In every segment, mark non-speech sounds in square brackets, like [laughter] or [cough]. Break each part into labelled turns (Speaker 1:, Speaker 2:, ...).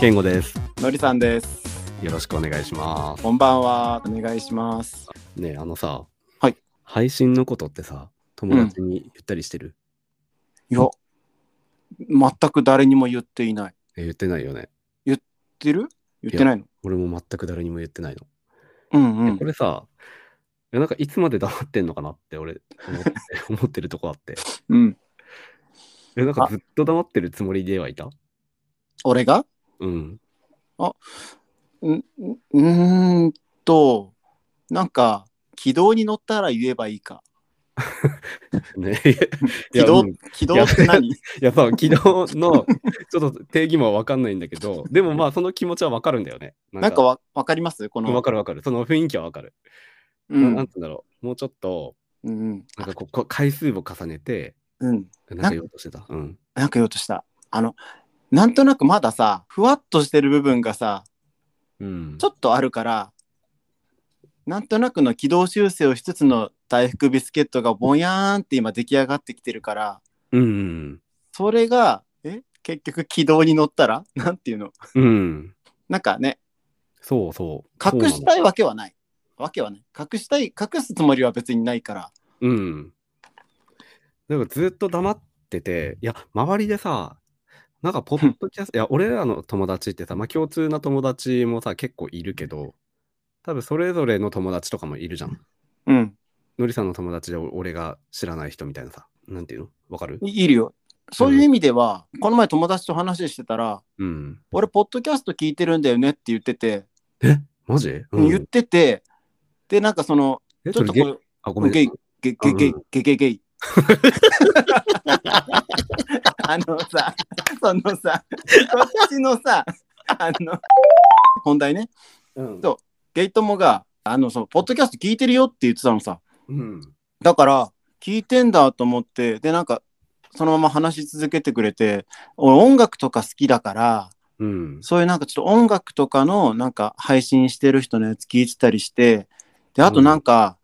Speaker 1: 健吾です。
Speaker 2: のりさんです。
Speaker 1: よろしくお願いします。
Speaker 2: こんばんは。お願いします。
Speaker 1: ねえあのさ、
Speaker 2: はい
Speaker 1: 配信のことってさ、友達に言ったりしてる、
Speaker 2: いや、全く誰にも言っていない。
Speaker 1: え言ってないよね。
Speaker 2: 言ってる言ってないの
Speaker 1: 俺も全く誰にも言ってないの。
Speaker 2: うんうん
Speaker 1: こ。れさ、いやなんかいつまで黙ってんのかなって俺思って [laughs] 思ってるとこあって。
Speaker 2: うん。
Speaker 1: えなんかずっと黙ってるつもりではいた
Speaker 2: 俺が
Speaker 1: うん。
Speaker 2: んんうーんと、なんか、軌道に乗ったら言えばいいか。 [laughs]
Speaker 1: ねいや
Speaker 2: 軌
Speaker 1: いや
Speaker 2: 道
Speaker 1: うん、
Speaker 2: 軌道って何
Speaker 1: いやまあ昨日のちょっと定義もわかんないんだけど、でもまあその気持ちはわかるんだよね。な
Speaker 2: なんかわわかりますこ
Speaker 1: わ
Speaker 2: の。
Speaker 1: かるわかる。その雰囲気はわかる。
Speaker 2: う。
Speaker 1: なんなんつうんだろう。もうちょっと、
Speaker 2: うんうん。
Speaker 1: なんかこうこう回数を重ねて、
Speaker 2: うん。
Speaker 1: なんか言おうとしてた。うん。
Speaker 2: なんか言おうとした。あの、なんとなくまださ、ふわっとしてる部分がさ、
Speaker 1: うん、
Speaker 2: ちょっとあるから、なんとなくの軌道修正をしつつの大福ビスケットがぼやーんって今出来上がってきてるから、
Speaker 1: うん。
Speaker 2: それが、え結局軌道に乗ったらなんていうの
Speaker 1: うん。
Speaker 2: なんかね、
Speaker 1: そうそう。
Speaker 2: 隠
Speaker 1: そう
Speaker 2: し
Speaker 1: な
Speaker 2: たいわけはない。わけはない。隠したい、隠すつもりは別にないから。
Speaker 1: の。うん。なんかずっと黙ってて、いや、周りでさ、なんかポッドキ [laughs] ャスト、いや、俺らの友達ってさ、まあ共通な友達もさ、結構いるけど、多分それぞれの友達とかもいるじゃん。
Speaker 2: うん。
Speaker 1: のりさんの友達でお俺が知らない人みたいなさ、なんていうのわかる
Speaker 2: いいるよ。そういう意味では、この前友達と話してたら、
Speaker 1: うん。
Speaker 2: 俺、ポッドキャスト聞いてるんだよねって言ってて、
Speaker 1: マジ、うん、
Speaker 2: 言ってて、で、なんかその、
Speaker 1: え
Speaker 2: ちょ
Speaker 1: そ
Speaker 2: っ
Speaker 1: れ
Speaker 2: と
Speaker 1: ゲ
Speaker 2: こ
Speaker 1: あ、ごめ
Speaker 2: う、
Speaker 1: ん
Speaker 2: ゲ
Speaker 1: ね
Speaker 2: イ、ゲゲゲイ
Speaker 1: う、
Speaker 2: ゲゲゲイ。 [laughs] あのさ、そのさ、こっちのさ、あの、本題ね、
Speaker 1: うん
Speaker 2: そうゲイ友が、あの、そのポッドキャスト聞いてるよって言ってたのさ。
Speaker 1: うん。
Speaker 2: だから、聞いてんだと思って、で、なんか、そのまま話し続けてくれて、俺音楽とか好きだから、
Speaker 1: うん。
Speaker 2: そういうなんかちょっと音楽とかのなんか配信してる人のやつ聞いてたりして、で、あとなんか、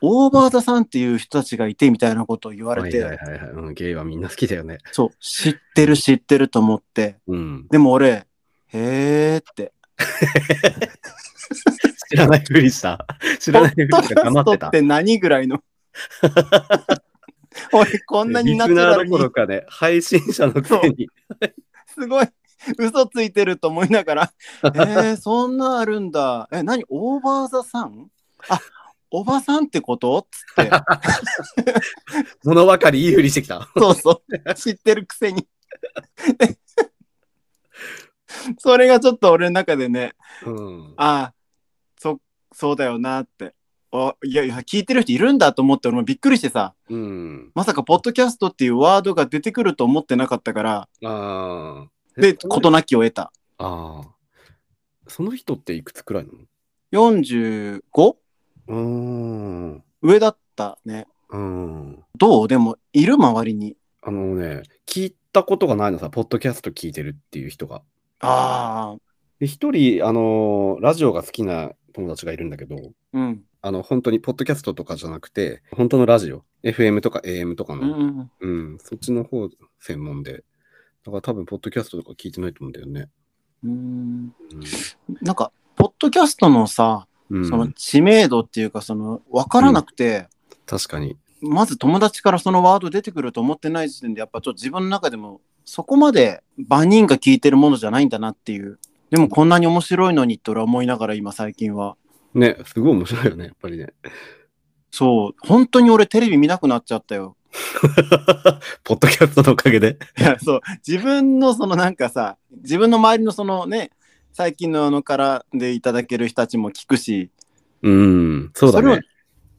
Speaker 2: オーバーザさんっていう人たちがいてみたいなことを言われて、
Speaker 1: はいはいはいはい、うん。ゲイはみんな好きだよね。
Speaker 2: そう、知ってる知ってると思って、
Speaker 1: うん。
Speaker 2: でも俺、へーって、
Speaker 1: 知らないふり [laughs] した。知
Speaker 2: ポ
Speaker 1: らないふ
Speaker 2: ッ
Speaker 1: り
Speaker 2: ド
Speaker 1: し
Speaker 2: キ
Speaker 1: て
Speaker 2: ャ
Speaker 1: 黙っ
Speaker 2: ス
Speaker 1: て
Speaker 2: ト
Speaker 1: た
Speaker 2: っ。て何ぐら
Speaker 1: [laughs]
Speaker 2: いの俺こんなにナチュラル
Speaker 1: リスナーどこ
Speaker 2: に
Speaker 1: ろかね、配信者のくせに。
Speaker 2: すごい嘘ついてると思いながら、えー、そんなあるんだ。え、何オーバーザさんあ、おばさんってことつって。
Speaker 1: 物分かりいいふりしてきた。
Speaker 2: そうそう。知ってるくせに。でそれがちょっと俺の中でね、
Speaker 1: うん。
Speaker 2: ああ、そ、そうだよなって。あいやいや、聞いてる人いるんだと思って、俺もびっくりしてさ、
Speaker 1: うん。
Speaker 2: まさか、ポッドキャストっていうワードが出てくると思ってなかったから、
Speaker 1: ああ。
Speaker 2: で、
Speaker 1: え
Speaker 2: 事なきを得た。
Speaker 1: ああ。その人っていくつくらいなの
Speaker 2: 45?
Speaker 1: うーん。
Speaker 2: 上だったね。
Speaker 1: うん。
Speaker 2: どうでも、いる周りに。
Speaker 1: あのね、聞いたことがないのさ、ポッドキャスト聞いてるっていう人が。
Speaker 2: ああ、
Speaker 1: で、一人、あのーラジオが好きな友達がいるんだけど、
Speaker 2: うん。
Speaker 1: あの、本当に、ポッドキャストとかじゃなくて、本当のラジオ、FM とか AM とか
Speaker 2: うん
Speaker 1: の、
Speaker 2: うん、
Speaker 1: うん、そっちの方専門で、だから多分、ポッドキャストとか聞いてないと思うんだよね。
Speaker 2: うん。なんか、ポッドキャストのさ、
Speaker 1: うん、
Speaker 2: そうの
Speaker 1: ん、
Speaker 2: 知名度っていうか、その、わからなくて、
Speaker 1: 確かに。
Speaker 2: まず友達からそのワード出てくると思ってない時点で、やっぱちょっと自分の中でも、そこまで万人が聞いてるものじゃないんだなっていう。でもこんなに面白いのにって俺は思いながら今最近は。
Speaker 1: ね、すごい面白いよね、やっぱりね。 [laughs]
Speaker 2: そう、本当に俺テレビ見なくなっちゃったよ。
Speaker 1: ポッドキャストのおかげで。
Speaker 2: いや、そう、自分のそのなんかさ、自分の周りのそのね、最近のあのからでいただける人たちも聞くし、
Speaker 1: うん、そうだ
Speaker 2: それを
Speaker 1: ね。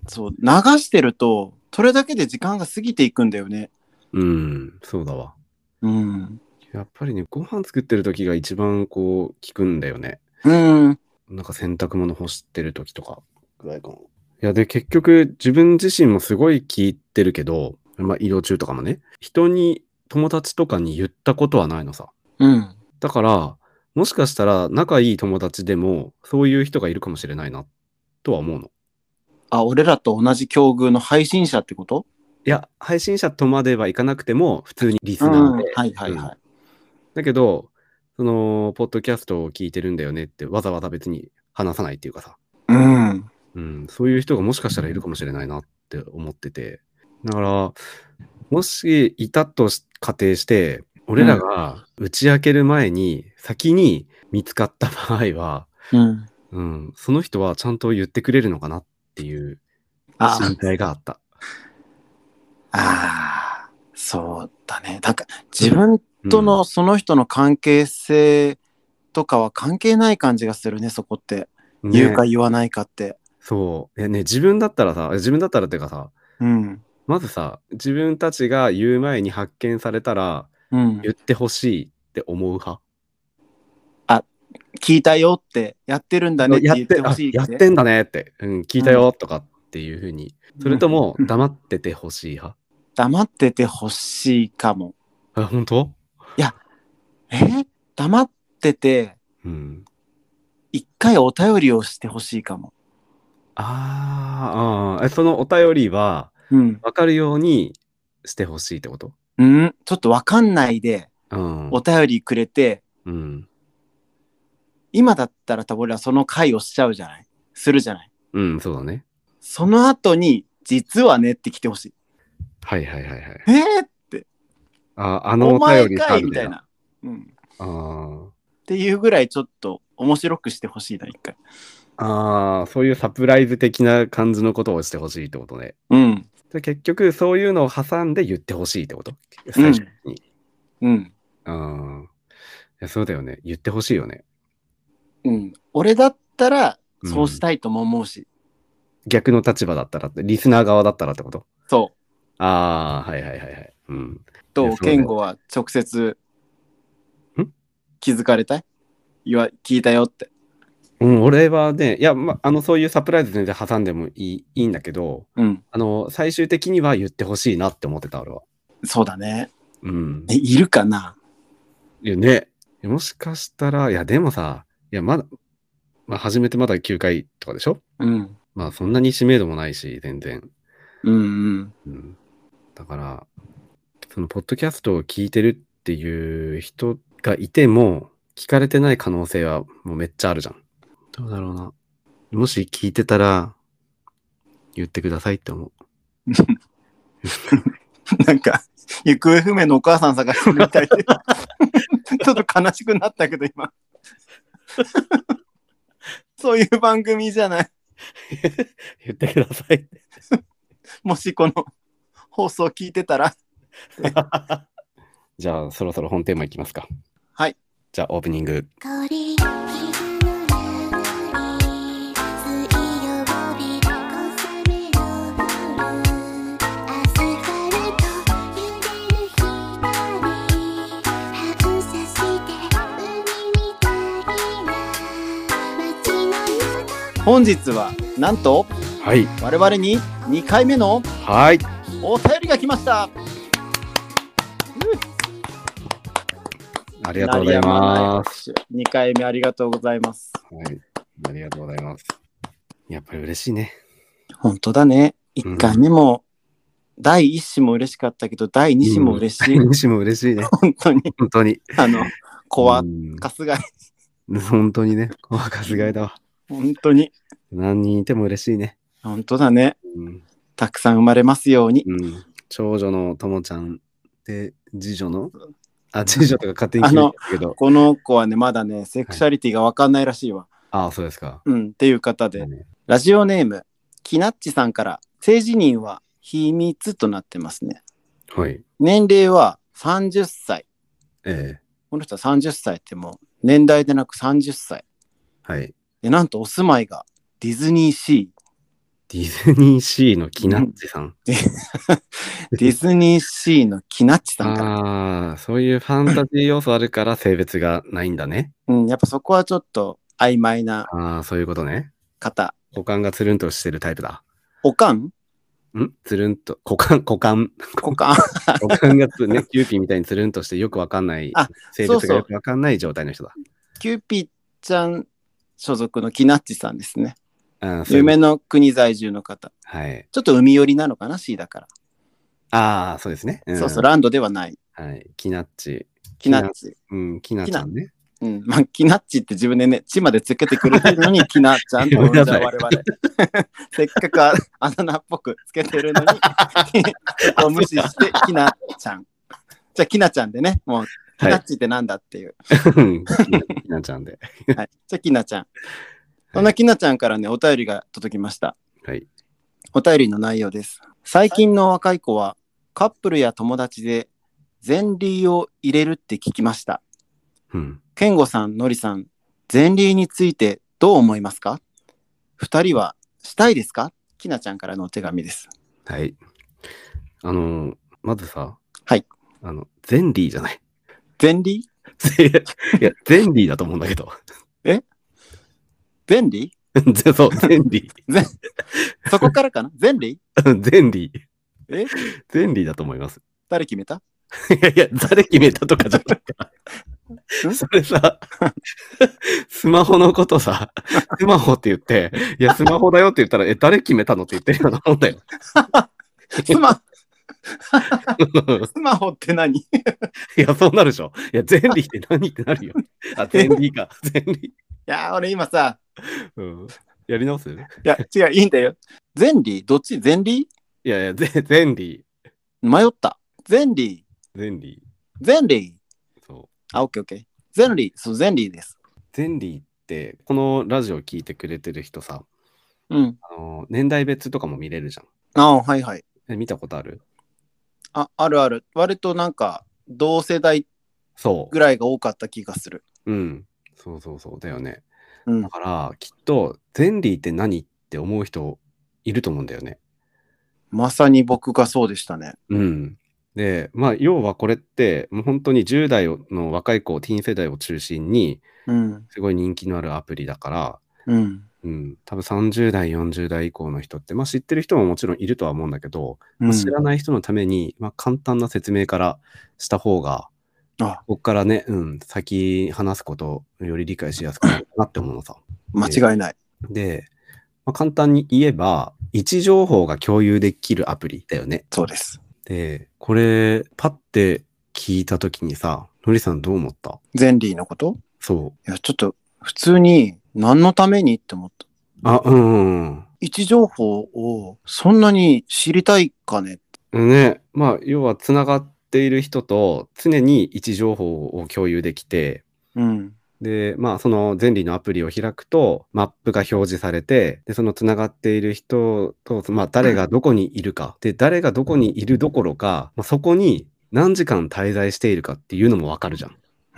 Speaker 2: そう流してるとそれだけで時間が過ぎていくんだよね
Speaker 1: うん、そうだわ。
Speaker 2: うん
Speaker 1: やっぱりね、ご飯作ってる時が一番こう、聞くんだよね。
Speaker 2: うん
Speaker 1: なんか洗濯物干してる時とかぐらいかな。いや、で、結局自分自身もすごい聞いてるけど、まあ移動中とかもね、人に、友達とかに言ったことはないのさ。
Speaker 2: うん
Speaker 1: だから、もしかしたら仲いい友達でも、そういう人がいるかもしれないな、とは思うの。
Speaker 2: あ俺らと同じ境遇の配信者ってこと
Speaker 1: いや、配信者とまではいかなくても、普通にリス
Speaker 2: う
Speaker 1: ナ
Speaker 2: ん
Speaker 1: ーで。
Speaker 2: はいはいはい
Speaker 1: だけど、その、ポッドキャストを聞いてるんだよねって、わざわざ別に話さないっていうかさ、
Speaker 2: うん。
Speaker 1: うん、そういう人がもしかしたらいるかもしれないなって思ってて。だから、もしいたとし仮定して、俺らが打ち明ける前に、先に見つかった場合は、
Speaker 2: うん。
Speaker 1: うん、その人はちゃんと言ってくれるのかなっていう
Speaker 2: あ
Speaker 1: 心配があった。
Speaker 2: あー、そうだね。なんか自分とのその人の関係性とかは関係ない感じがするね、そこって。
Speaker 1: うん、
Speaker 2: 言うか
Speaker 1: ね
Speaker 2: 言わないかって。
Speaker 1: そう。えね、自分だったらさ、自分だったらっていうかさ、
Speaker 2: うん。
Speaker 1: まずさ、自分たちが言う前に発見されたら、
Speaker 2: うん
Speaker 1: 言。ってほしいって思う派。
Speaker 2: 聞いたよって、やってるんだねって
Speaker 1: やっ
Speaker 2: 言って
Speaker 1: て
Speaker 2: ほ
Speaker 1: あ
Speaker 2: しい
Speaker 1: やってんだねって、うん、聞いたよとかっていうふうに、それとも
Speaker 2: うん
Speaker 1: 黙っててほしい派。
Speaker 2: 黙っててほしいかも。
Speaker 1: あ、本当
Speaker 2: え黙ってて、
Speaker 1: うん。
Speaker 2: 一回お便りをしてほしいかも。
Speaker 1: あーあー、えそのお便りは
Speaker 2: うん。
Speaker 1: 分かるようにしてほしいってこと
Speaker 2: うん、ちょっとわかんないで、
Speaker 1: うん。
Speaker 2: お便りくれて、
Speaker 1: うん。
Speaker 2: 今だったら多分俺はその回をしちゃうじゃないするじゃない
Speaker 1: うん、そうだね。
Speaker 2: その後に、実はねって来てほしい。
Speaker 1: はいはいはいはい。
Speaker 2: えー、って、
Speaker 1: ああの
Speaker 2: お
Speaker 1: お便
Speaker 2: 前
Speaker 1: り
Speaker 2: か
Speaker 1: さ
Speaker 2: いみたい。な。うん。
Speaker 1: あー
Speaker 2: っていうぐらいちょっと面白くしてほしいな、一回。
Speaker 1: あー、そういうサプライズ的な感じのことをしてほしいってことね。
Speaker 2: うん。
Speaker 1: じゃあ結局、そういうのを挟んで言ってほしいってこと最初に。
Speaker 2: うん。
Speaker 1: うん。いやそうだよね。言ってほしいよね。
Speaker 2: うん。俺だったら、
Speaker 1: うん
Speaker 2: そうしたいとも思うし。
Speaker 1: 逆の立場だったらって、リスナー側だったらってこと
Speaker 2: そ
Speaker 1: ああ、はいはいはいはい。うん。
Speaker 2: う。
Speaker 1: い
Speaker 2: ど
Speaker 1: や
Speaker 2: う
Speaker 1: そうね
Speaker 2: 健吾は直接
Speaker 1: ん、
Speaker 2: 気づかれたい言わ聞いたよって。
Speaker 1: うん、俺はね、いや、ま、あの、そういうサプライズ全然挟んでもいいいいんだけど、
Speaker 2: うん。
Speaker 1: あの、最終的には言ってほしいなって思ってた、俺は。
Speaker 2: そうだね。
Speaker 1: うん。
Speaker 2: え、いるかない
Speaker 1: やね。もしかしたら、いや、でもさ、いや、まだ、まあ、始めてまだ9回とかでしょ
Speaker 2: うん。
Speaker 1: まあ、そんなに知名度もないし、全然。
Speaker 2: うんうん。
Speaker 1: うん、だからそのポッドキャストを聞いてるっていう人がいても聞かれてない可能性はもうめっちゃあるじゃんどうだろうなもし聞いてたら言ってくださいって思う
Speaker 2: なんか、行方不明のお母さん探してるみたいで。 [laughs] ちょっと悲しくなったけど、今。 [laughs] そういう番組じゃない。
Speaker 1: 言ってください
Speaker 2: もしこの放送聞いてたら。
Speaker 1: じゃあそろそろ本テーマいきますか
Speaker 2: はい
Speaker 1: じゃあオープニング
Speaker 3: 香り水の中に水曜日小雨の夜アスファルト揺れる光反射して海みたいな街の中
Speaker 2: 本日は、なんと、
Speaker 1: はい
Speaker 2: 我々に2回目の
Speaker 1: はい
Speaker 2: お便りが来ました。
Speaker 1: あ
Speaker 2: あ。
Speaker 1: りがとうございます
Speaker 2: 2回目ありがとうございます。
Speaker 1: す、はい、ありがとうございますやっぱり嬉しいね [laughs]
Speaker 2: 本当だね。
Speaker 1: うん
Speaker 2: 1回目も、第1子も嬉しかったけど、第2子も嬉しい。
Speaker 1: 西も嬉しいね
Speaker 2: 本当に、
Speaker 1: 本当に
Speaker 2: あの、怖っ
Speaker 1: うん
Speaker 2: かすがい。
Speaker 1: 本当にね、怖かすがいだわ。
Speaker 2: 本当に、
Speaker 1: 何人いても嬉しいね。
Speaker 2: 本当だね。
Speaker 1: うん。
Speaker 2: たくさん生まれますように。
Speaker 1: うん、長女のともちゃんで、次女のあ、次女とか勝手に
Speaker 2: あ
Speaker 1: 決め
Speaker 2: の
Speaker 1: てたけど。
Speaker 2: この子はね、まだね、セクシャリティがわかんないらしいわ。
Speaker 1: あそうですか。
Speaker 2: うん、っていう方で、
Speaker 1: ね
Speaker 2: ラジオネーム、きなっちさんから、性自認は秘密となってますね。
Speaker 1: はい。
Speaker 2: 年齢は30歳。
Speaker 1: ええ
Speaker 2: この人は30歳ってもう、年代でなく30歳。
Speaker 1: はい。
Speaker 2: で、なんとお住まいがディズニーシ
Speaker 1: ディズニーシーのきなっちさん。
Speaker 2: ー。ディズニーシーのきなっちさんから。
Speaker 1: ああ、そういうファンタジー要素あるから性別がないんだね。
Speaker 2: うん、やっぱそこはちょっと曖昧な
Speaker 1: ああ、そういうことね。
Speaker 2: 方。
Speaker 1: 股間がつるんとしてるタイプだ。
Speaker 2: おかん
Speaker 1: んつるんと、股間、股間。
Speaker 2: 股間
Speaker 1: 股間がつ、ね、キ [laughs] ューピーみたいにつるんとしてよくわかんない
Speaker 2: あ、
Speaker 1: 性
Speaker 2: そう
Speaker 1: 別
Speaker 2: そ
Speaker 1: が
Speaker 2: う
Speaker 1: よくわかんない状態の人だ。
Speaker 2: キューピーちゃん所属のきなっちさんですね。
Speaker 1: うんそういう
Speaker 2: 夢の国在住の方。
Speaker 1: はい。
Speaker 2: ちょっと海寄りなのかな、C だから。
Speaker 1: ああ、そうですね。ん
Speaker 2: そうそう、ランドではない。
Speaker 1: はい。キナッチ。
Speaker 2: きなっち。
Speaker 1: うん、キナちゃんね。
Speaker 2: うん。まあ、キナッチって自分でね、地までつけてくれてる
Speaker 1: [laughs]
Speaker 2: のに、キナちゃんと呼んじゃう我々。 [laughs] せっかくああだ名っぽくつけて
Speaker 1: [laughs]
Speaker 2: るのに、そ [laughs] こを無視して、キナちゃん。じゃあ、キナちゃんでね、もう、キナッチってなんだっていう。
Speaker 1: [laughs] うんひなちゃんで。
Speaker 2: はい。じゃあ、キナちゃん。そんなキナちゃんからね、お便りが届きました。
Speaker 1: はい。
Speaker 2: お便りの内容です。最近の若い子は、カップルや友達で、前輪を入れるって聞きました。
Speaker 1: うん。
Speaker 2: 健吾さん、のりさん、前輪についてどう思いますか二人はしたいですかきなちゃんからのお手紙です。
Speaker 1: はい。あのーまずさ、
Speaker 2: はい。
Speaker 1: あの、ゼンリーじゃない。 [laughs]
Speaker 2: 前輪
Speaker 1: いや、ゼンリーだと思うんだけど。 [laughs]
Speaker 2: 前輪
Speaker 1: そう、ゼンリ
Speaker 2: そこからかな [laughs] 前輪
Speaker 1: ー。 [laughs] ゼンリー。
Speaker 2: え
Speaker 1: [laughs] ゼンリーだと思います。
Speaker 2: 誰決め
Speaker 1: い
Speaker 2: た
Speaker 1: やいや、誰決めたとかじゃないから。
Speaker 2: ん
Speaker 1: それさ、スマホのことさ、スマホって言って、いや、スマホだよって言ったら、え、誰決めたのって言ってるようなもんだよ。 [laughs]
Speaker 2: スマ、スマホって何 [laughs]
Speaker 1: いや、そうなるでしょ。いや、ゼンリーって何ってなるよ。あ、ゼンリーか。ゼンリ
Speaker 2: いやー、俺今さ、
Speaker 1: ー。うん。やり直すい
Speaker 2: いや、違う、いいんだよ。前輪どっち前輪
Speaker 1: やいや、ゼゼンリー。
Speaker 2: 迷った。前輪
Speaker 1: ゼンリー。
Speaker 2: 前輪
Speaker 1: そう。
Speaker 2: あ、オッケーオッケー。前輪そう、前輪です。
Speaker 1: ゼンリーって、このラジオ聞いてくれてる人さ、
Speaker 2: うん。
Speaker 1: あの年代別とかも見れるじゃん。
Speaker 2: あーはいはい。
Speaker 1: え見たことある
Speaker 2: あ、あるある。割となんか、同世代
Speaker 1: そ
Speaker 2: ぐらいが多かった気がする。
Speaker 1: う。うん。そうそうそう。だよね。
Speaker 2: うん
Speaker 1: だ。から、きっと、ゼンリーって何って思う人いると思うんだよね。
Speaker 2: まさに僕がそうでしたね。
Speaker 1: うん。で、まあ、要はこれって、もう本当に10代の若い子、ティーン世代を中心に、
Speaker 2: うん。
Speaker 1: すごい人気のあるアプリだから、
Speaker 2: うん。
Speaker 1: うん、多分30代、40代以降の人って、まあ、知ってる人ももちろんいるとは思うんだけど、
Speaker 2: う
Speaker 1: ま
Speaker 2: ん
Speaker 1: あ、知らない人のために、まあ、簡単な説明からした方が、
Speaker 2: あ
Speaker 1: ここからね、うん、先話すことをより理解しやすくなるかなって思うのさ。
Speaker 2: 間違いない。
Speaker 1: で、まあ、簡単に言えば、位置情報が共有できるアプリだよね。
Speaker 2: そうです。
Speaker 1: で、これ、パッて聞いたときにさ、のりさんどう思った
Speaker 2: ゼンリーのこと
Speaker 1: そ
Speaker 2: いや、ちょっと、普通に、何のためにって思った。
Speaker 1: う。あ、うん、
Speaker 2: 位置情報を、そんなに知りたいかね
Speaker 1: うん。ね、まあ、要はつながっている人と常に位置情報を共有できて、
Speaker 2: うん。
Speaker 1: で、まあ、そのゼンリーのアプリを開くと、マップが表示されて、で、そのつながっている人と、まあ、誰がどこにいるか、で、誰がどこにいるどころか、まあ、そこに何時間滞在しているかっていうのもわかるじゃん。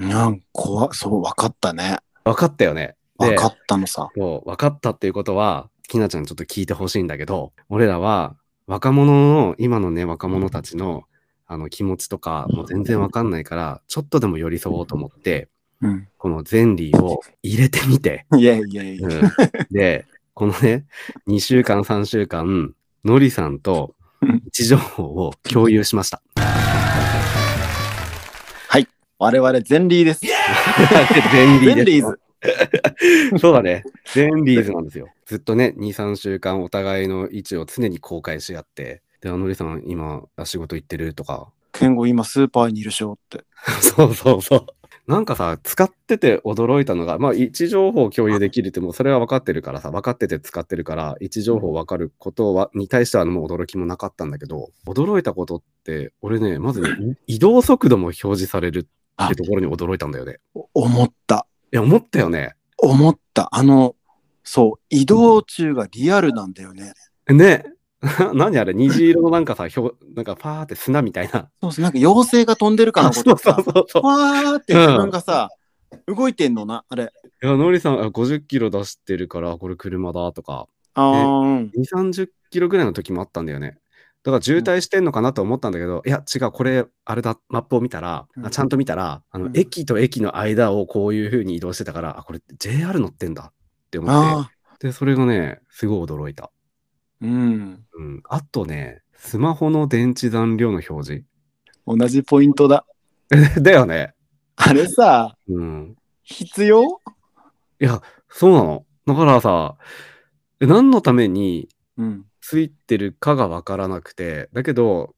Speaker 2: なんか怖っそう、分かったね。
Speaker 1: わかったよね。で
Speaker 2: 分かったのさ。
Speaker 1: そう、分かったっていうことは、きなちゃんちょっと聞いてほしいんだけど、俺らは若者の、今のね、若者たちの、あの気持ちとか、もう全然わかんないから、ちょっとでも寄り添おうと思って、
Speaker 2: うん。
Speaker 1: このゼンリーを入れてみて、
Speaker 2: いやいやいや。
Speaker 1: で、このね、2週間、3週間、のりさんと
Speaker 2: うん
Speaker 1: 位置情報を共有しま
Speaker 2: [laughs]
Speaker 1: した。
Speaker 2: 我々、ゼンリーです。
Speaker 1: ゼンリ
Speaker 2: ゼ
Speaker 1: ーで
Speaker 2: ン
Speaker 1: す
Speaker 2: リー
Speaker 1: [laughs]
Speaker 2: ズ。
Speaker 1: そうだね。ゼンリーズなんですよ。ずっとね、2、3週間お互いの位置を常に公開し合って、で、あのりさん、今、あ仕事行ってるとか。
Speaker 2: 健吾、 [laughs] 今、スーパーにいるしょって。
Speaker 1: [laughs] そうそうそう。なんかさ、使ってて驚いたのが、まあ、位置情報を共有できるって、もうそれは分かってるからさ、分かってて使ってるから、位置情報分かることは、に対してはもう驚きもなかったんだけど、驚いたことって、俺ね、まずね、 [laughs] 移動速度も表示されるってところに驚いたんだよね。
Speaker 2: お思った。
Speaker 1: いや、思ったよね。
Speaker 2: 思った。あの、そう、移動中がリアルなんだよね。
Speaker 1: ね。 [laughs] 何あれ虹色のなんかさ、ひょなんかパーって砂みたいな。
Speaker 2: そうそう、なんか妖精が飛んでるかのこ
Speaker 1: そ
Speaker 2: とさ
Speaker 1: う、そうそうそう。
Speaker 2: わーって自分がさ、動いてんのな、あれ。
Speaker 1: いや、のりさん、あ50キロ出してるから、これ車だとか、
Speaker 2: あーうん。
Speaker 1: 2、30キロぐらいの時もあったんだよね。だから渋滞してんのかなと思ったんだけど、いや、違う、これ、あれだ、マップを見たら、
Speaker 2: うん
Speaker 1: あちゃんと見たら、あの、
Speaker 2: うん
Speaker 1: 駅と駅の間をこういう風に移動してたから、あ、これ JR 乗ってんだって思っ
Speaker 2: ああ、
Speaker 1: て、で、それがね、すごい驚いた。
Speaker 2: うん。
Speaker 1: うん。あとね、スマホの電池残量の表
Speaker 2: 同じポイントだ。
Speaker 1: 示。 [laughs] だよね。
Speaker 2: あれさ、
Speaker 1: うん。
Speaker 2: 必要
Speaker 1: いや、そうなの。だからさ、え何のために
Speaker 2: うん。
Speaker 1: ついてるかがわからなくて、だけど、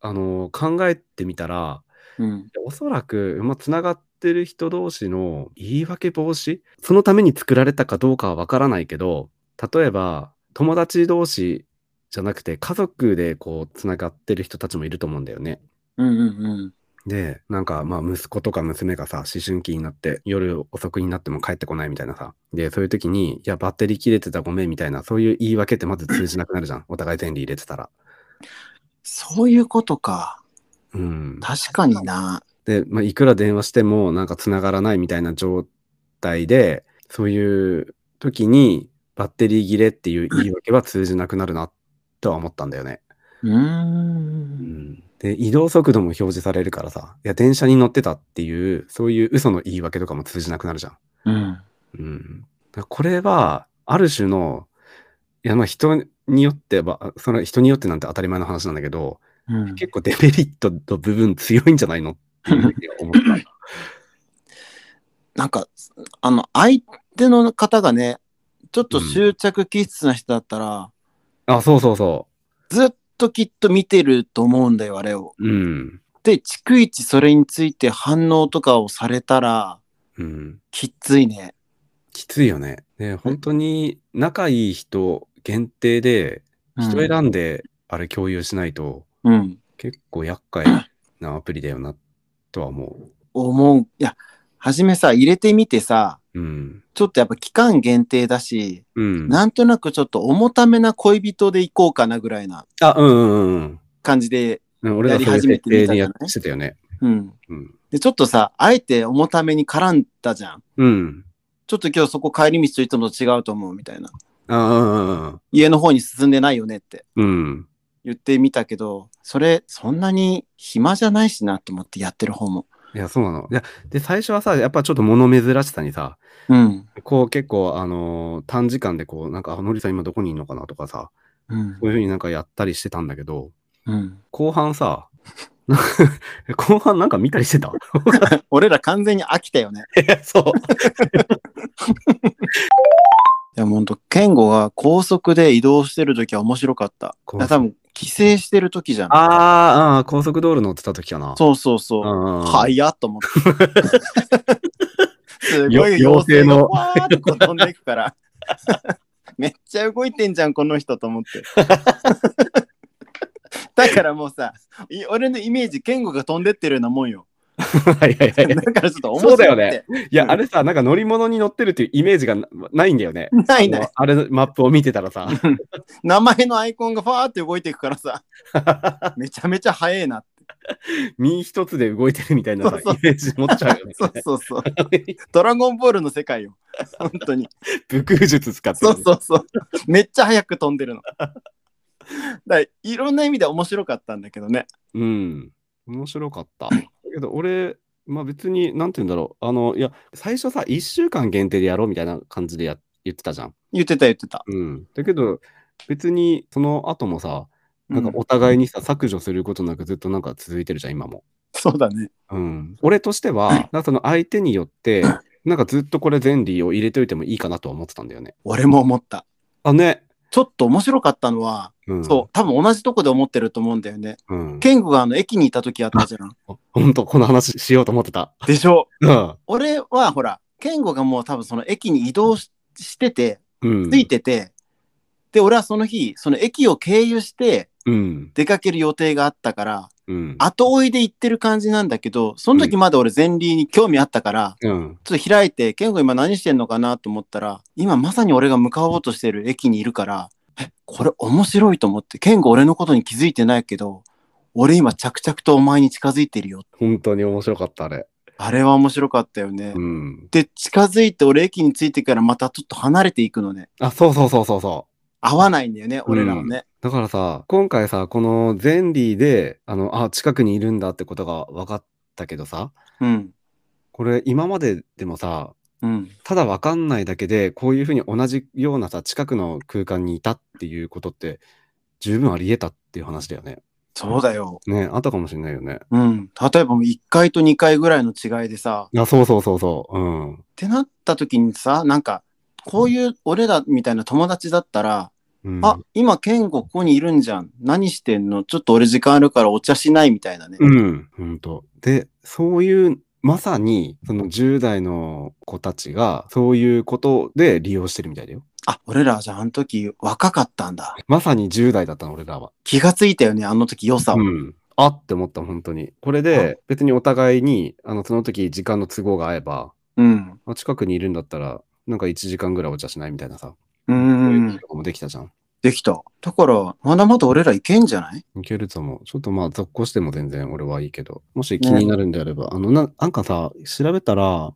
Speaker 1: あの、考えてみたら、
Speaker 2: うん。
Speaker 1: おそらく、まあ、つながっってる人同士の言い訳防止そのために作られたかどうかはわからないけど、例えば友達同士じゃなくて家族でこうつながってる人たちもいると思うんだよね。
Speaker 2: うんうん
Speaker 1: で、なんかまあ息子とか娘がさ、思春期になって夜遅くになっても帰ってこないみたいなさ。で、そういう時に、いや、バッテリー切れてたごめんみたいな、そういう言い訳ってまず通じなくなるじゃん。お互い全理入れてたら。
Speaker 2: そういうことか。
Speaker 1: うん。
Speaker 2: 確かにな。
Speaker 1: で、まあ、いくら電話してもなんか繋がらないみたいな状態で、そういう時にバッテリー切れっていう言い訳は通じなくなるなとは思ったんだよね。
Speaker 2: うーん。
Speaker 1: で、移動速度も表示されるからさ、いや、電車に乗ってたっていう、そういう嘘の言い訳とかも通じなくなるじゃん。
Speaker 2: うん。
Speaker 1: うん、だからこれはある種のいやまあ人によってはそれは人によってなんて当たり前の話なんだけど
Speaker 2: うん、
Speaker 1: 結構デメリットの部分強いんじゃないのっていうふうに思った。
Speaker 2: なんか、あの、相手の方がね、ちょっと執着気質な人だったら、 [laughs]
Speaker 1: あそうそうそ
Speaker 2: ずっときっと見てると思うんだよ、あれを。
Speaker 1: う。うん。
Speaker 2: で、逐一それについて反応とかをされたら、
Speaker 1: うん、
Speaker 2: きついね。
Speaker 1: きついよね。ね本当に仲いい人限定で
Speaker 2: うん
Speaker 1: 人選んであれ共有しないと
Speaker 2: うん。
Speaker 1: 結構厄介なアプリだよなとは思
Speaker 2: 思う。いや、はじめさ、入れてみてさ、
Speaker 1: う。うん。
Speaker 2: ちょっとやっぱ期間限定だし、
Speaker 1: うん。
Speaker 2: なんとなくちょっと重ためな恋人で行こうかなぐらいな
Speaker 1: あうんうんうんうん
Speaker 2: 感じで、
Speaker 1: うん。俺らそういう設定にやっしてたよね。
Speaker 2: うん。
Speaker 1: うん。
Speaker 2: で、ちょっとさ、あえて重ために絡んだじゃん。
Speaker 1: うん。
Speaker 2: ちょっと今日そこ帰り道といつもと違うと思うみたいな。
Speaker 1: ああ、
Speaker 2: 家の方に進んでないよねって。
Speaker 1: うん。
Speaker 2: 言ってみたけど、それそんなに暇じゃないしなと思ってやってる方も。
Speaker 1: いや、そうなの。いや、で、最初はさ、やっぱちょっと物珍しさにさ、
Speaker 2: うん。
Speaker 1: こう結構、あのー短時間でこう、なんか、あ、のりさん今どこにいるのかなとかさ、
Speaker 2: うん
Speaker 1: こう。いうふうになんかやったりしてたんだけど、
Speaker 2: うん、
Speaker 1: 後半さ、 [laughs] なんか後半なんか見たりして
Speaker 2: [laughs]
Speaker 1: た
Speaker 2: 俺ら完全に飽きたよね。
Speaker 1: そう。
Speaker 2: でもほんと、健吾が高速で移動してる時は面白かった。
Speaker 1: 高
Speaker 2: い
Speaker 1: 速
Speaker 2: や多分、帰省してる時じゃん。
Speaker 1: あーあー、高速道路乗ってた時かな。
Speaker 2: そうそうそう。
Speaker 1: うん。。
Speaker 2: はいいやと思って。
Speaker 1: [laughs]
Speaker 2: すごい
Speaker 1: よ妖
Speaker 2: 妖精
Speaker 1: 精
Speaker 2: が
Speaker 1: の
Speaker 2: わーってこう飛んでいくから。 [laughs] めっちゃ動いてんじゃん、この人と思
Speaker 1: [laughs]
Speaker 2: って。だからもうさ、い俺のイメージ、健吾が飛んでってるようなもんよ。
Speaker 1: [laughs] はいはい
Speaker 2: [laughs]
Speaker 1: はい。
Speaker 2: だからちょっと面白
Speaker 1: そう
Speaker 2: い
Speaker 1: だよ
Speaker 2: ね。
Speaker 1: いや、あれさ、なんか乗り物に乗ってるっていうイメージがなないんだよね。
Speaker 2: ないない。
Speaker 1: あれのマップを見てたらさ。
Speaker 2: 名前のアイコンがファーって動いていくか
Speaker 1: [laughs]
Speaker 2: らさ、めちゃめちゃ早えなって。
Speaker 1: 身一つで動いてるみたいなさイ
Speaker 2: そうそう
Speaker 1: メージ持っちゃうよね。
Speaker 2: そうそうそう。ドラゴンボールの世界よ。本当に。
Speaker 1: 武空術使って
Speaker 2: そ
Speaker 1: る、
Speaker 2: うそうそう。めっちゃ早く飛んでるの。だからいろんな意味で面白かったんだけどね。
Speaker 1: うん。面白かった。だけど俺、まあ別に、なんて言うんだろう。あの、いや、最初さ、1週間限定でやろうみたいな感じでや言ってたじゃん。
Speaker 2: 言ってた言ってた。
Speaker 1: うん。だけど、別にその後もさ、なんか
Speaker 2: うん
Speaker 1: お互いにさ、削除することなくずっとなんか続いてるじゃん、今も。
Speaker 2: そうだね。
Speaker 1: うん。俺として [laughs] は、なんかその相手によ [laughs] って、なんかずっとこれ全理を入れといてもいいかなとは思ってたんだよね。
Speaker 2: 俺も思った。
Speaker 1: あ、ね。
Speaker 2: ちょっと面白かったのは、
Speaker 1: うん。
Speaker 2: そう、多分同じとこで思ってると思うんだよね。
Speaker 1: う。うん。
Speaker 2: ケンゴがあの駅にいた時あったじゃん。
Speaker 1: ほんと、この話しようと思ってた。
Speaker 2: でしょ。
Speaker 1: うん。
Speaker 2: 俺はほら、ケンゴがもう多分その駅に移動ししてて、
Speaker 1: うん。
Speaker 2: ついてて、で、俺はその日、その駅を経由して
Speaker 1: うん。
Speaker 2: 出かける予定があったから、
Speaker 1: うん。
Speaker 2: 後追いで行ってる感じなんだけど、その時まだ俺前輪に興味あったから、
Speaker 1: うん。
Speaker 2: ちょっと開いて、健吾今何してんのかなと思ったら、今まさに俺が向かおうとしてる駅にいるから、え、これ面白いと思って、健吾俺のことに気づいてないけど、俺今着々とお前に近づいてるよ。
Speaker 1: 本当に面白かった、あれ。
Speaker 2: あれは面白かったよね。
Speaker 1: うん。
Speaker 2: で、近づいて俺駅に着いてからまたちょっと離れていくのね。
Speaker 1: あ、そうそうそうそうそう。
Speaker 2: 合わないんだよね、俺らはね。
Speaker 1: だからさ、今回さ、このゼンリーで、あの、あ、近くにいるんだってことが分かったけどさ、
Speaker 2: うん。
Speaker 1: これ今まででもさ、
Speaker 2: うん。
Speaker 1: ただ分かんないだけで、こういうふうに同じようなさ、近くの空間にいたっていうことって、十分あり得たっていう話だよね。
Speaker 2: そうだよ。
Speaker 1: ねあったかもしれないよね。
Speaker 2: うん。例えばもう1回と2回ぐらいの違いでさ、っ
Speaker 1: あ、そうそうそうそう。うん。
Speaker 2: てなった時にさ、なんか、こういう俺らみたいな友達だったら、
Speaker 1: うん、
Speaker 2: あ、今、ケンゴここにいるんじゃん。何してんのちょっと俺時間あるからお茶しないみたいなね。
Speaker 1: うん、ほんと。で、そういうまさに、その10代の子たちが、そういうことで利用してるみたいだよ。
Speaker 2: あ、俺らじゃああの時若かったんだ。
Speaker 1: まさに10代だったの、俺らは。
Speaker 2: 気がついたよね、あの時良さを。
Speaker 1: うん。あって思った、本当に。これで、別にお互いに、あの、その時時間の都合が合えば、
Speaker 2: うん。
Speaker 1: あ近くにいるんだったら、なんか1時間ぐらいお茶しないみたいなさ、
Speaker 2: う
Speaker 1: そういうんの。とかもできたじゃん。
Speaker 2: できた。だから、まだまだ俺らいけんじゃない
Speaker 1: いけると思う。ちょっとまあ、続行しても全然俺はいいけど、もし気になるんであれば、あのな、なんかさ、調べたら、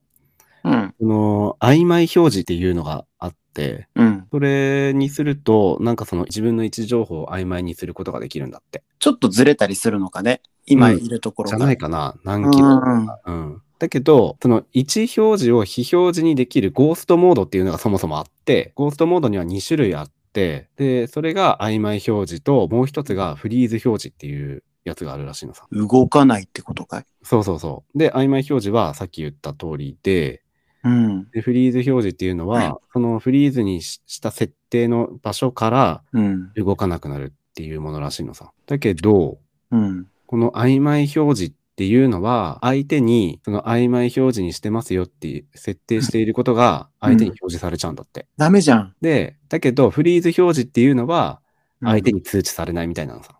Speaker 2: うん。
Speaker 1: その、曖昧表示っていうのがあって、
Speaker 2: うん。
Speaker 1: それにすると、なんかその自分の位置情報を曖昧にすることができるんだって。
Speaker 2: ちょっとずれたりするのかね。今
Speaker 1: うん
Speaker 2: いるところ
Speaker 1: じゃ
Speaker 2: が。
Speaker 1: ないかな何キロと
Speaker 2: うん
Speaker 1: か。うん。だけど、その位置表示を非表示にできるゴーストモードっていうのがそもそもあって、ゴーストモードには2種類あって、で、それが曖昧表示と、もう一つがフリーズ表示っていうやつがあるらしいのさ。
Speaker 2: 動かないってことかい
Speaker 1: そうそうそう。で、曖昧表示はさっき言った通りで、
Speaker 2: うん。
Speaker 1: でフリーズ表示っていうのは、
Speaker 2: はい
Speaker 1: そのフリーズにしした設定の場所から
Speaker 2: うん。
Speaker 1: 動かなくなるっていうものらしいのさ。だけど、
Speaker 2: うん。
Speaker 1: この曖昧表示っていうのは、相手にその曖昧表示にしてますよっていう設定していることが
Speaker 2: うん
Speaker 1: 相手に表示されちゃうんだって。
Speaker 2: ダメじゃん。
Speaker 1: で、だけど、フリーズ表示っていうのは、相手
Speaker 2: に。
Speaker 1: に通知されないみたいなのさ。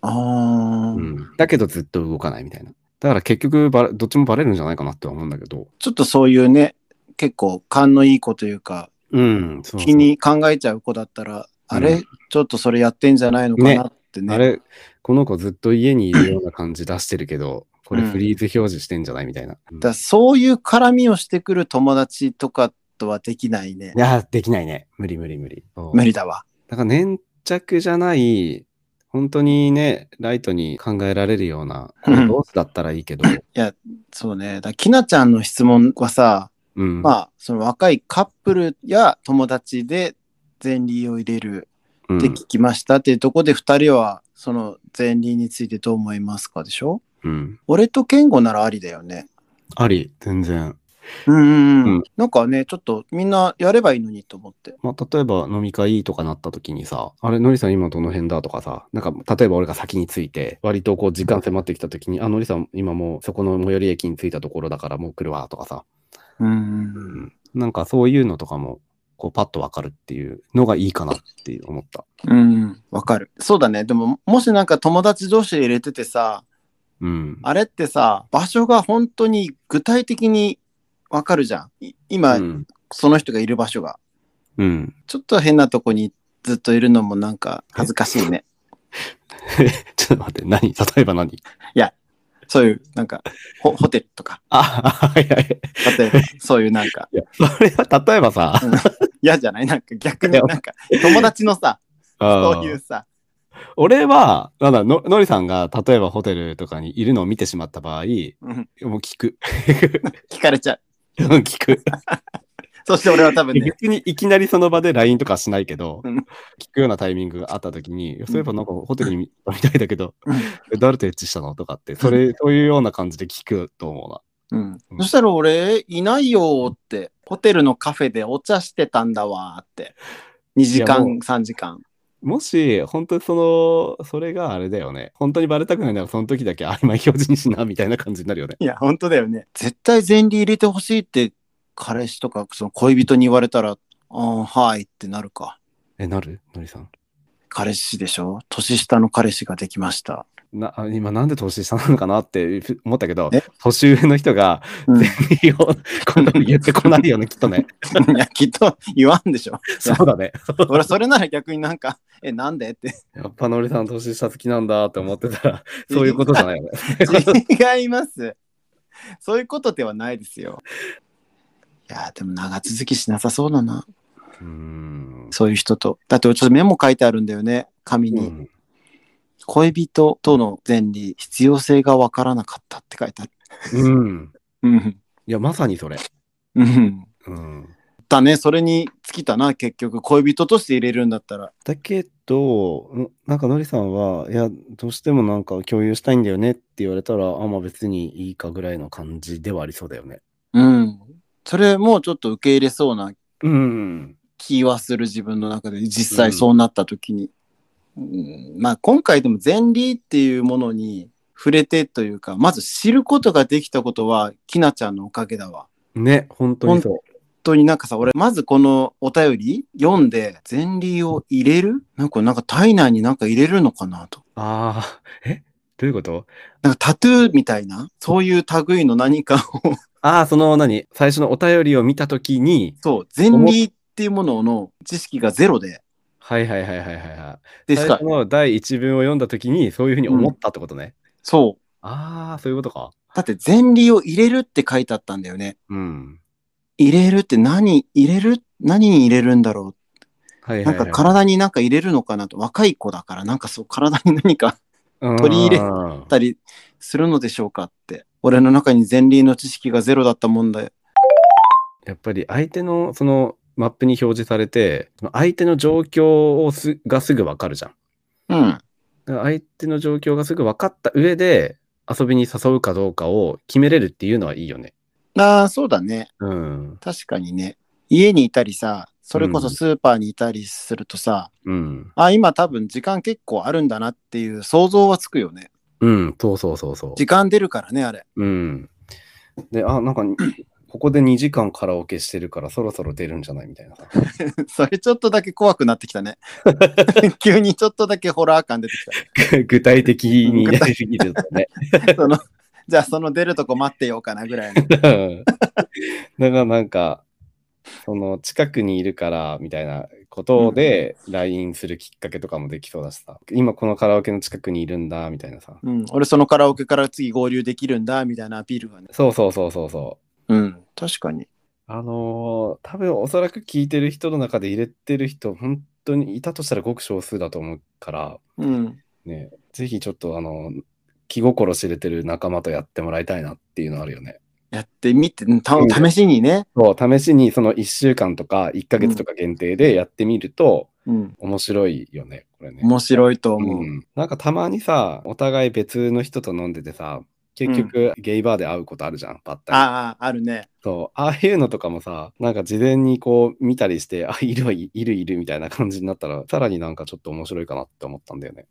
Speaker 2: ああ、
Speaker 1: うんだけど、ずっと動かないみたいな。だから結局バレ、どっちもバレるんじゃないかなって思うんだけど。
Speaker 2: ちょっとそういうね、結構勘のいい子というか、
Speaker 1: うん、そうそう
Speaker 2: 気に考えちゃう子だったら、あれ、
Speaker 1: うん
Speaker 2: ちょっとそれやってんじゃないのかなってね。
Speaker 1: あれ、この子ずっと家にいるような感じ出してるけど、これ
Speaker 2: うん
Speaker 1: フリーズ表示してんじゃないみたいな。うん
Speaker 2: だからそういう絡みをしてくる友達とかとはできないね
Speaker 1: い。や、できないね。無理無理無理。そう
Speaker 2: 無理だわ。
Speaker 1: だから粘着じゃない、本当にね、ライトに考えられるような、これどうだったらいい
Speaker 2: [laughs]
Speaker 1: けど、
Speaker 2: そうね。だからきなちゃんの質問はさ、
Speaker 1: うん。
Speaker 2: まあ、その若いカップルや友達で前輪を入れる
Speaker 1: うん
Speaker 2: って聞きましたっていうところで、二人はその前輪についてどう思いますかでしょ
Speaker 1: うん。
Speaker 2: 俺と健吾ならありだよね。
Speaker 1: あり、全然。
Speaker 2: うんうんうん
Speaker 1: うん
Speaker 2: なんかね、ちょっとみんなやればいいのにと思って。
Speaker 1: まあ、例えば飲み会とかなった時にさ、あれ、のりさん今どの辺だとかさ、なんか、例えば俺が先に着いて、割とこう時間迫ってきた時に、あ、のりさん今もうそこの最寄り駅に着いたところだからもう来るわとかさ、
Speaker 2: うん
Speaker 1: う
Speaker 2: うん
Speaker 1: んなんかそういうのとかも、こうパッとわかるっていうのがいいかなっていう思った。
Speaker 2: うん。わかる。そうだね。でも、もしなんか友達同士で入れててさ、
Speaker 1: うん。
Speaker 2: あれってさ、場所が本当に具体的にわかるじゃん。い今、
Speaker 1: うん。
Speaker 2: その人がいる場所が。
Speaker 1: うん。 [laughs]
Speaker 2: ちょっと変なとこにずっといるのもなんか恥ずかし
Speaker 1: [laughs]
Speaker 2: いね。
Speaker 1: ちょっと待って、何例えば何
Speaker 2: そういう、なんか、ホホテルとか。
Speaker 1: あ、 [laughs] はいはい。
Speaker 2: 例え
Speaker 1: [laughs]
Speaker 2: ば、そういうなんか、
Speaker 1: いや、それは例えばさ、 [laughs]
Speaker 2: 嫌じゃないなんか逆に
Speaker 1: いや
Speaker 2: なんか、友達のさ、 [laughs] そういううんさ、
Speaker 1: 俺は、なんだの、のりさんが例えばホテルとかにいるのを見てしまった場合、
Speaker 2: うん、
Speaker 1: もう聞く。 [laughs]
Speaker 2: 聞かれちゃう。
Speaker 1: うん聞く。
Speaker 2: そして俺は多分ね、
Speaker 1: 別にいきなりその場で LINE とかはしないけど、
Speaker 2: うん
Speaker 1: 聞くようなタイミングがあった時に、そういえばなんかホテルに見たいだけど、 [laughs] え誰とエッチしたのとかって、それ、そういうような感じで聞くと思うな。
Speaker 2: うん
Speaker 1: う、ん
Speaker 2: そしたら俺、いないよーって、ホテルのカフェでお茶してたんだわーって。2時間、
Speaker 1: いやもう
Speaker 2: 3時間。
Speaker 1: もし、本当にその、それがあれだよね。本当にバレたくないなら、その時だけ曖昧表示にしな、みたいな感じになるよね。
Speaker 2: いや、本当だよね。絶対前輪入れてほしいって、彼氏とかその恋人に言われたら、あん、はいってなるか。
Speaker 1: え、なるのりさん。
Speaker 2: 彼氏でしょ年下の彼氏ができました。 [laughs]
Speaker 1: な、あ今なんで年下なのかなってふ思ったけど
Speaker 2: え、
Speaker 1: 年上の人が、
Speaker 2: うん、い
Speaker 1: いいよ [laughs] こんなの言ってこないよね、きっとね。
Speaker 2: や、きっと言わんでしょ。
Speaker 1: [laughs] そうだね。
Speaker 2: 俺、それなら逆になんか、え、なんでって。
Speaker 1: やっぱのりさん年下好きなんだって思って [laughs] たら、そういうことじゃないよね。 [laughs]
Speaker 2: 違います。そういうことではないですよ。いやーでも長続きしなさそうだな。
Speaker 1: うーん。
Speaker 2: そういう人と。だって俺ちょっとメモ書いてあるんだよね。紙
Speaker 1: う
Speaker 2: に。
Speaker 1: ん
Speaker 2: 恋人との前理、必要性がわからなかったって書いてある。
Speaker 1: うん。
Speaker 2: うん。
Speaker 1: いや、まさにそれ。
Speaker 2: うん。
Speaker 1: うん。
Speaker 2: だね。それに尽きたな。結局、恋人として入れるんだったら。
Speaker 1: だけど、んなんかのりさんは、いや、どうしてもなんか共有したいんだよねって言われたら、あ、まあ別にいいかぐらいの感じではありそうだよね。
Speaker 2: うん。それもちょっと受け入れそうな
Speaker 1: うん。
Speaker 2: 気はする自分の中で、実際そうなった時に。うん、まあ今回でも前理っていうものに触れてというか、まず知ることができたことは、きなちゃんのおかげだわ。
Speaker 1: ね、本当にそう。
Speaker 2: 本当になんかさ、俺、まずこのお便り読んで、前例を入れるなんか、なんか体内になんか入れるのかなと。
Speaker 1: ああ、えどういうこと
Speaker 2: なんかタトゥーみたいな、そういう類の何かを、 [laughs]
Speaker 1: ああ、その何最初のお便りを見たときに、
Speaker 2: そう、前例っていうものの知識がゼロで、
Speaker 1: はいはいはいはいはいはい。
Speaker 2: でし
Speaker 1: 最
Speaker 2: か
Speaker 1: 初、の第一文を読んだときに、そういうふうに思ったってことね。
Speaker 2: そ
Speaker 1: ああ、そういうことか。
Speaker 2: う。だって前例を入れるって書いてあったんだよね。
Speaker 1: うん。
Speaker 2: 入れるって何、入れる何に入れるんだろう
Speaker 1: はいは
Speaker 2: なん
Speaker 1: い、は
Speaker 2: か
Speaker 1: い。
Speaker 2: 体になんか入れるのかなと、若い子だから、なんかそう、体に何かあ
Speaker 1: うん
Speaker 2: 取り入れ
Speaker 1: うん
Speaker 2: ったりするのでしょうかって。俺の中に前例の知識がゼロだったもんだよ。
Speaker 1: やっぱり相手のそのマップに表示されて、その相手の状況をすがすぐわかるじゃん。
Speaker 2: うん。
Speaker 1: だから相手の状況がすぐ分かった上で、遊びに誘うかどうかを決めれるっていうのはいいよね。
Speaker 2: ああ、そうだね。
Speaker 1: うん。
Speaker 2: 確かにね。家にいたりさ、それこそ
Speaker 1: うん
Speaker 2: スーパーにいたりするとさ、
Speaker 1: うん。
Speaker 2: あ、今多分時間結構あるんだなっていう想像はつくよね。
Speaker 1: うん。そうそうそうそう。
Speaker 2: 時間出るからね、あれ。 [laughs]
Speaker 1: うん。で、あ、なんか、 [clears throat] ここで2時間カラオケしてるからそろそろ出るんじゃないみた [laughs] いなさ。
Speaker 2: それちょっとだけ怖くなってき
Speaker 1: [laughs]
Speaker 2: たね。急にちょっとだけホラー感出てきたね。
Speaker 1: 具体的にやりすぎてたね。 [laughs]
Speaker 2: [laughs] その、じゃあその出るとこ待ってようかなぐらいの。
Speaker 1: うんだからなんか、その近くにいるからみたいなことで LINE するきっかけとかもできそうだしさ、今このカラオケの近くにいるんだみたいなさ。
Speaker 2: うん、俺そのカラオケから次合流できるんだみたいなアピールがね。
Speaker 1: そうそうそうそうそう。
Speaker 2: うん、確かに。
Speaker 1: あのー多分おそらく聞いてる人の中で入れてる人、本当にいたとしたらごく少数だと思うから、
Speaker 2: うん。
Speaker 1: ね、ぜひちょっとあの、気心知れてる仲間とやってもらいたいなっていうのあるよね。
Speaker 2: やってみて、た
Speaker 1: うん
Speaker 2: 試しにね。
Speaker 1: そう、試しにその1週間とか1ヶ月とか限定でやってみると
Speaker 2: うん。
Speaker 1: 面白いよね、これね。
Speaker 2: 面白いと思う。
Speaker 1: うん、なんかたまにさ、お互い別の人と飲んでてさ、結局ゲイバーで会うことあるじゃん、ばったり。
Speaker 2: ああ、あるね。
Speaker 1: そう、ああいうのとかもさ、なんか事前にこう見たりして、あ、いるはいいるいるみたいな感じになったら、さらになんかちょっと面白いかなって思ったんだよね。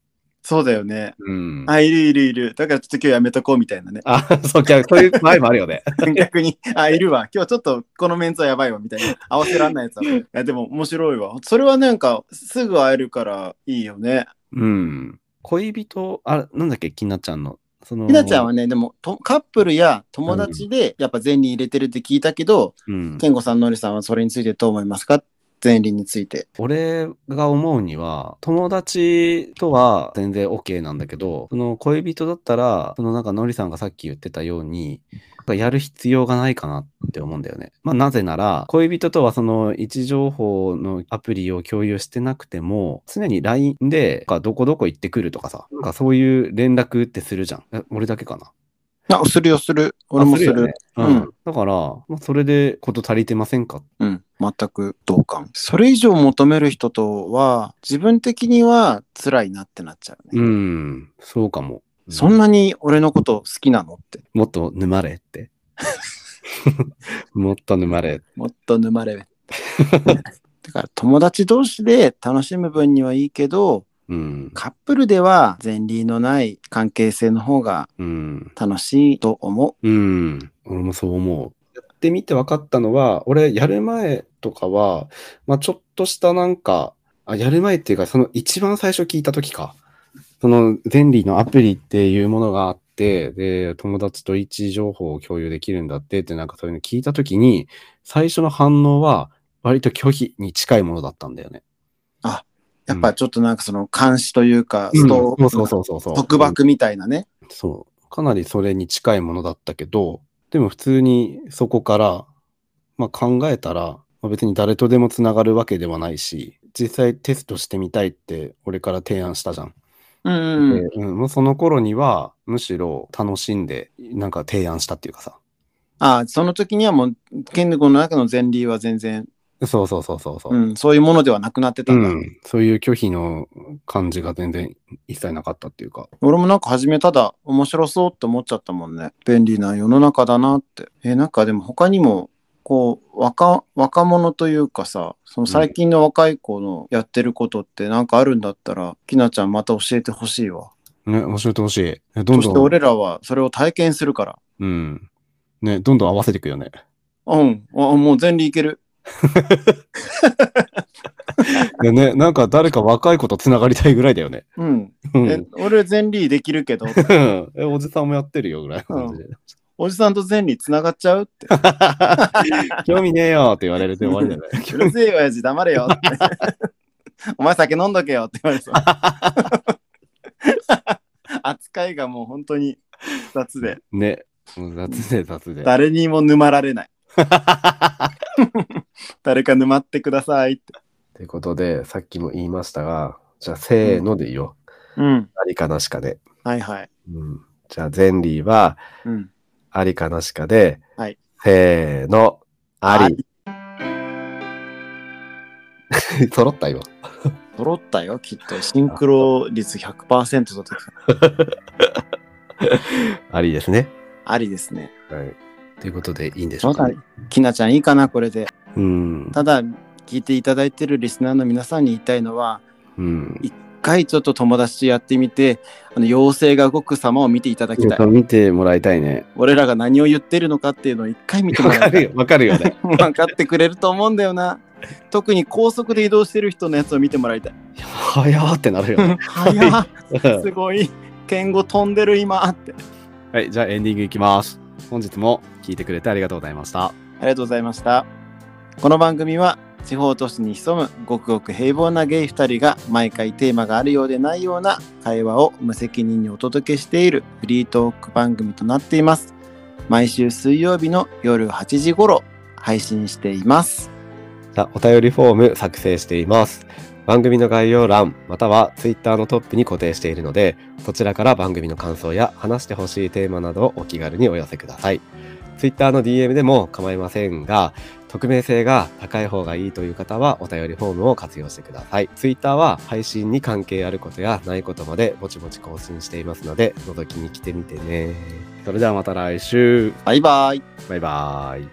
Speaker 2: そうだよね。
Speaker 1: うん。。
Speaker 2: あ、いるいるいる。だからちょっと今日やめとこうみたいな [laughs] ね
Speaker 1: あ、そう、逆そういう場合もあるよね。
Speaker 2: 逆に、あ、いるわ。今日ちょっとこのメンツはやばいわみたいな。合わせらんないやつは。いや、でも面白いわ。それはなんか、すぐ会えるからいいよね。
Speaker 1: うん。恋人、あ、なんだっけ、きなちゃんの。その
Speaker 2: ひなちゃんはね、でもとカップルや友達でやっぱ善に入れてるって聞いたけど、
Speaker 1: うん、
Speaker 2: 健吾さん、のりさんはそれについてどう思いますか前輪について。
Speaker 1: 俺が思うには、友達とは全然 OK なんだけど、その恋人だったら、そのなんかのりさんがさっき言ってたように、なんかやる必要がないかなって思うんだよね。まあなぜなら、恋人とはその位置情報のアプリを共有してなくても、常に LINE で、なんかどこどこ行ってくるとかさ、なんかそういう連絡ってするじゃん。え俺だけかな。
Speaker 2: あ、するよ、する。俺もする。
Speaker 1: あよねうん
Speaker 2: うん
Speaker 1: だから、まあ、それでこと足りてませんか
Speaker 2: うん。全く同感。それ以上求める人とは、自分的には辛いなってなっちゃう
Speaker 1: う
Speaker 2: ね。
Speaker 1: ん、そうかも。
Speaker 2: そんなに俺のこと好きなのって。
Speaker 1: もっと沼れって。もっと沼れ。
Speaker 2: もっと沼れべ。だから友達同士で楽しむ分にはいいけど、
Speaker 1: うん。
Speaker 2: カップルでは前例のない関係性の方が
Speaker 1: うん。
Speaker 2: 楽しいと思
Speaker 1: うん。俺もそう思う。やってみて分かったのは、俺、やる前とかは、まあ、ちょっとしたなんか、あ、やる前っていうか、その一番最初聞いた時か。その、ゼンリーのアプリっていうものがあって、で、友達と位置情報を共有できるんだって、ってなんかそういうの聞いた時に、最初の反応は、割と拒否に近いものだったんだよね。
Speaker 2: う。やっぱちょっとなんかその監視というか、
Speaker 1: うん
Speaker 2: スト
Speaker 1: そうそうそうそうそう。
Speaker 2: 特爆みたいなね。
Speaker 1: そう。かなりそれに近いものだったけど、でも普通にそこから、まあ、考えたら、まあ別に誰とでもつながるわけではないし、実際テストしてみたいって俺から提案したじゃん。
Speaker 2: うんうんう
Speaker 1: で
Speaker 2: ん、
Speaker 1: うんもうその頃にはむしろ楽しんでなんか提案したっていうかさ。
Speaker 2: ああその時にはもう健吾の中の前例は全然、
Speaker 1: そうそうそうそうそうう。
Speaker 2: ん、そういうものではなくなってたんだ、
Speaker 1: うんそういう拒否の感じが全然一切なかったっていうか。
Speaker 2: 俺もなんか初めただ面白そうって思っちゃったもんね便利な世の中だなってえなんかでも他にもこう若若者というかさその最近の若い子のやってることってなんかあるんだったら、きなちゃんまた教えてほしいわ
Speaker 1: ね、教えてほしい。ねどん
Speaker 2: そして
Speaker 1: どん、
Speaker 2: 俺らはそれを体験するから。
Speaker 1: うん。ね、どんどん合わせていくよね。
Speaker 2: うん。あもう全輪いける。
Speaker 1: でね、なんか誰か若い子とつながりたいぐらいだよね。
Speaker 2: うん。
Speaker 1: う
Speaker 2: え
Speaker 1: ん。
Speaker 2: 俺全輪できるけど、
Speaker 1: え、おじさんもやってるよぐらいの感じで。
Speaker 2: おじさんと全輪つながっちゃうって。
Speaker 1: 興味ねえよって言われるで終わりだよね。 [laughs]
Speaker 2: うるせえ親父黙れよって。お前酒飲んどけよって言われそう。扱いがもう本当に雑で、
Speaker 1: [laughs] ね。もう雑で雑で。
Speaker 2: 誰にも沼られない。誰か沼ってくださいって。
Speaker 1: ということで、さっきも言いましたが、じゃあ、せーのでいいよ。
Speaker 2: うん。
Speaker 1: ありかなしかで。
Speaker 2: はいはい。
Speaker 1: うん。じゃあ、ゼンリーは、
Speaker 2: うん。
Speaker 1: ありかなしかで、
Speaker 2: はい
Speaker 1: せーの、あり。 [laughs] 揃ったよ。
Speaker 2: 揃ったよ、きっと。シンクロ率100%とってきた
Speaker 1: ありですね。
Speaker 2: ありですね。
Speaker 1: はい。ということで、いいんでしょ
Speaker 2: ま
Speaker 1: うか、
Speaker 2: だ
Speaker 1: ね。、
Speaker 2: きなちゃんいいかな、これで。
Speaker 1: うん。
Speaker 2: ただ、聞いていただいてるリスナーの皆さんに言いたいのは、
Speaker 1: うん。
Speaker 2: 一回ちょっと友達とやってみて、あの妖精が動く様を見ていただきたい。
Speaker 1: 見てもらいたいね。
Speaker 2: 俺らが何を言ってるのかっていうのを一回見て
Speaker 1: [laughs]
Speaker 2: も
Speaker 1: わ
Speaker 2: ら
Speaker 1: か
Speaker 2: えた
Speaker 1: る
Speaker 2: い
Speaker 1: よ。 [laughs] わかるよね。
Speaker 2: 分かってくれると思うんだ
Speaker 1: [laughs]
Speaker 2: よな特に高速で移動してる人のやつを見てもらいたい
Speaker 1: 早ーってなるよ [laughs] ね。
Speaker 2: 早っすごい剣語飛んでる今ってあ
Speaker 1: はい、じゃあエンディングいきます。本日も聞いてくれてありがとうございました。
Speaker 2: りがとうございましたこの番組は地方都市に潜むごくごく平凡なゲイ2人が毎回テーマがあるようでないような会話を無責任にお届けしているフリートーク番組となっています毎週水曜日の夜8時頃配信しています
Speaker 1: さあ、お便りフォーム作成しています。番組の概要欄、または Twitter のトップに固定しているので、そちらから番組の感想や話してほしいテーマなどをお気軽にお寄せください。Twitter の DM でも構いませんが、匿名性が高い方がいいという方はお便りフォームを活用してください。Twitter は配信に関係あることやないことまでぼちぼち更新していますので、覗きに来てみてね。それではまた来週。
Speaker 2: バイバイ
Speaker 1: バイバーイ。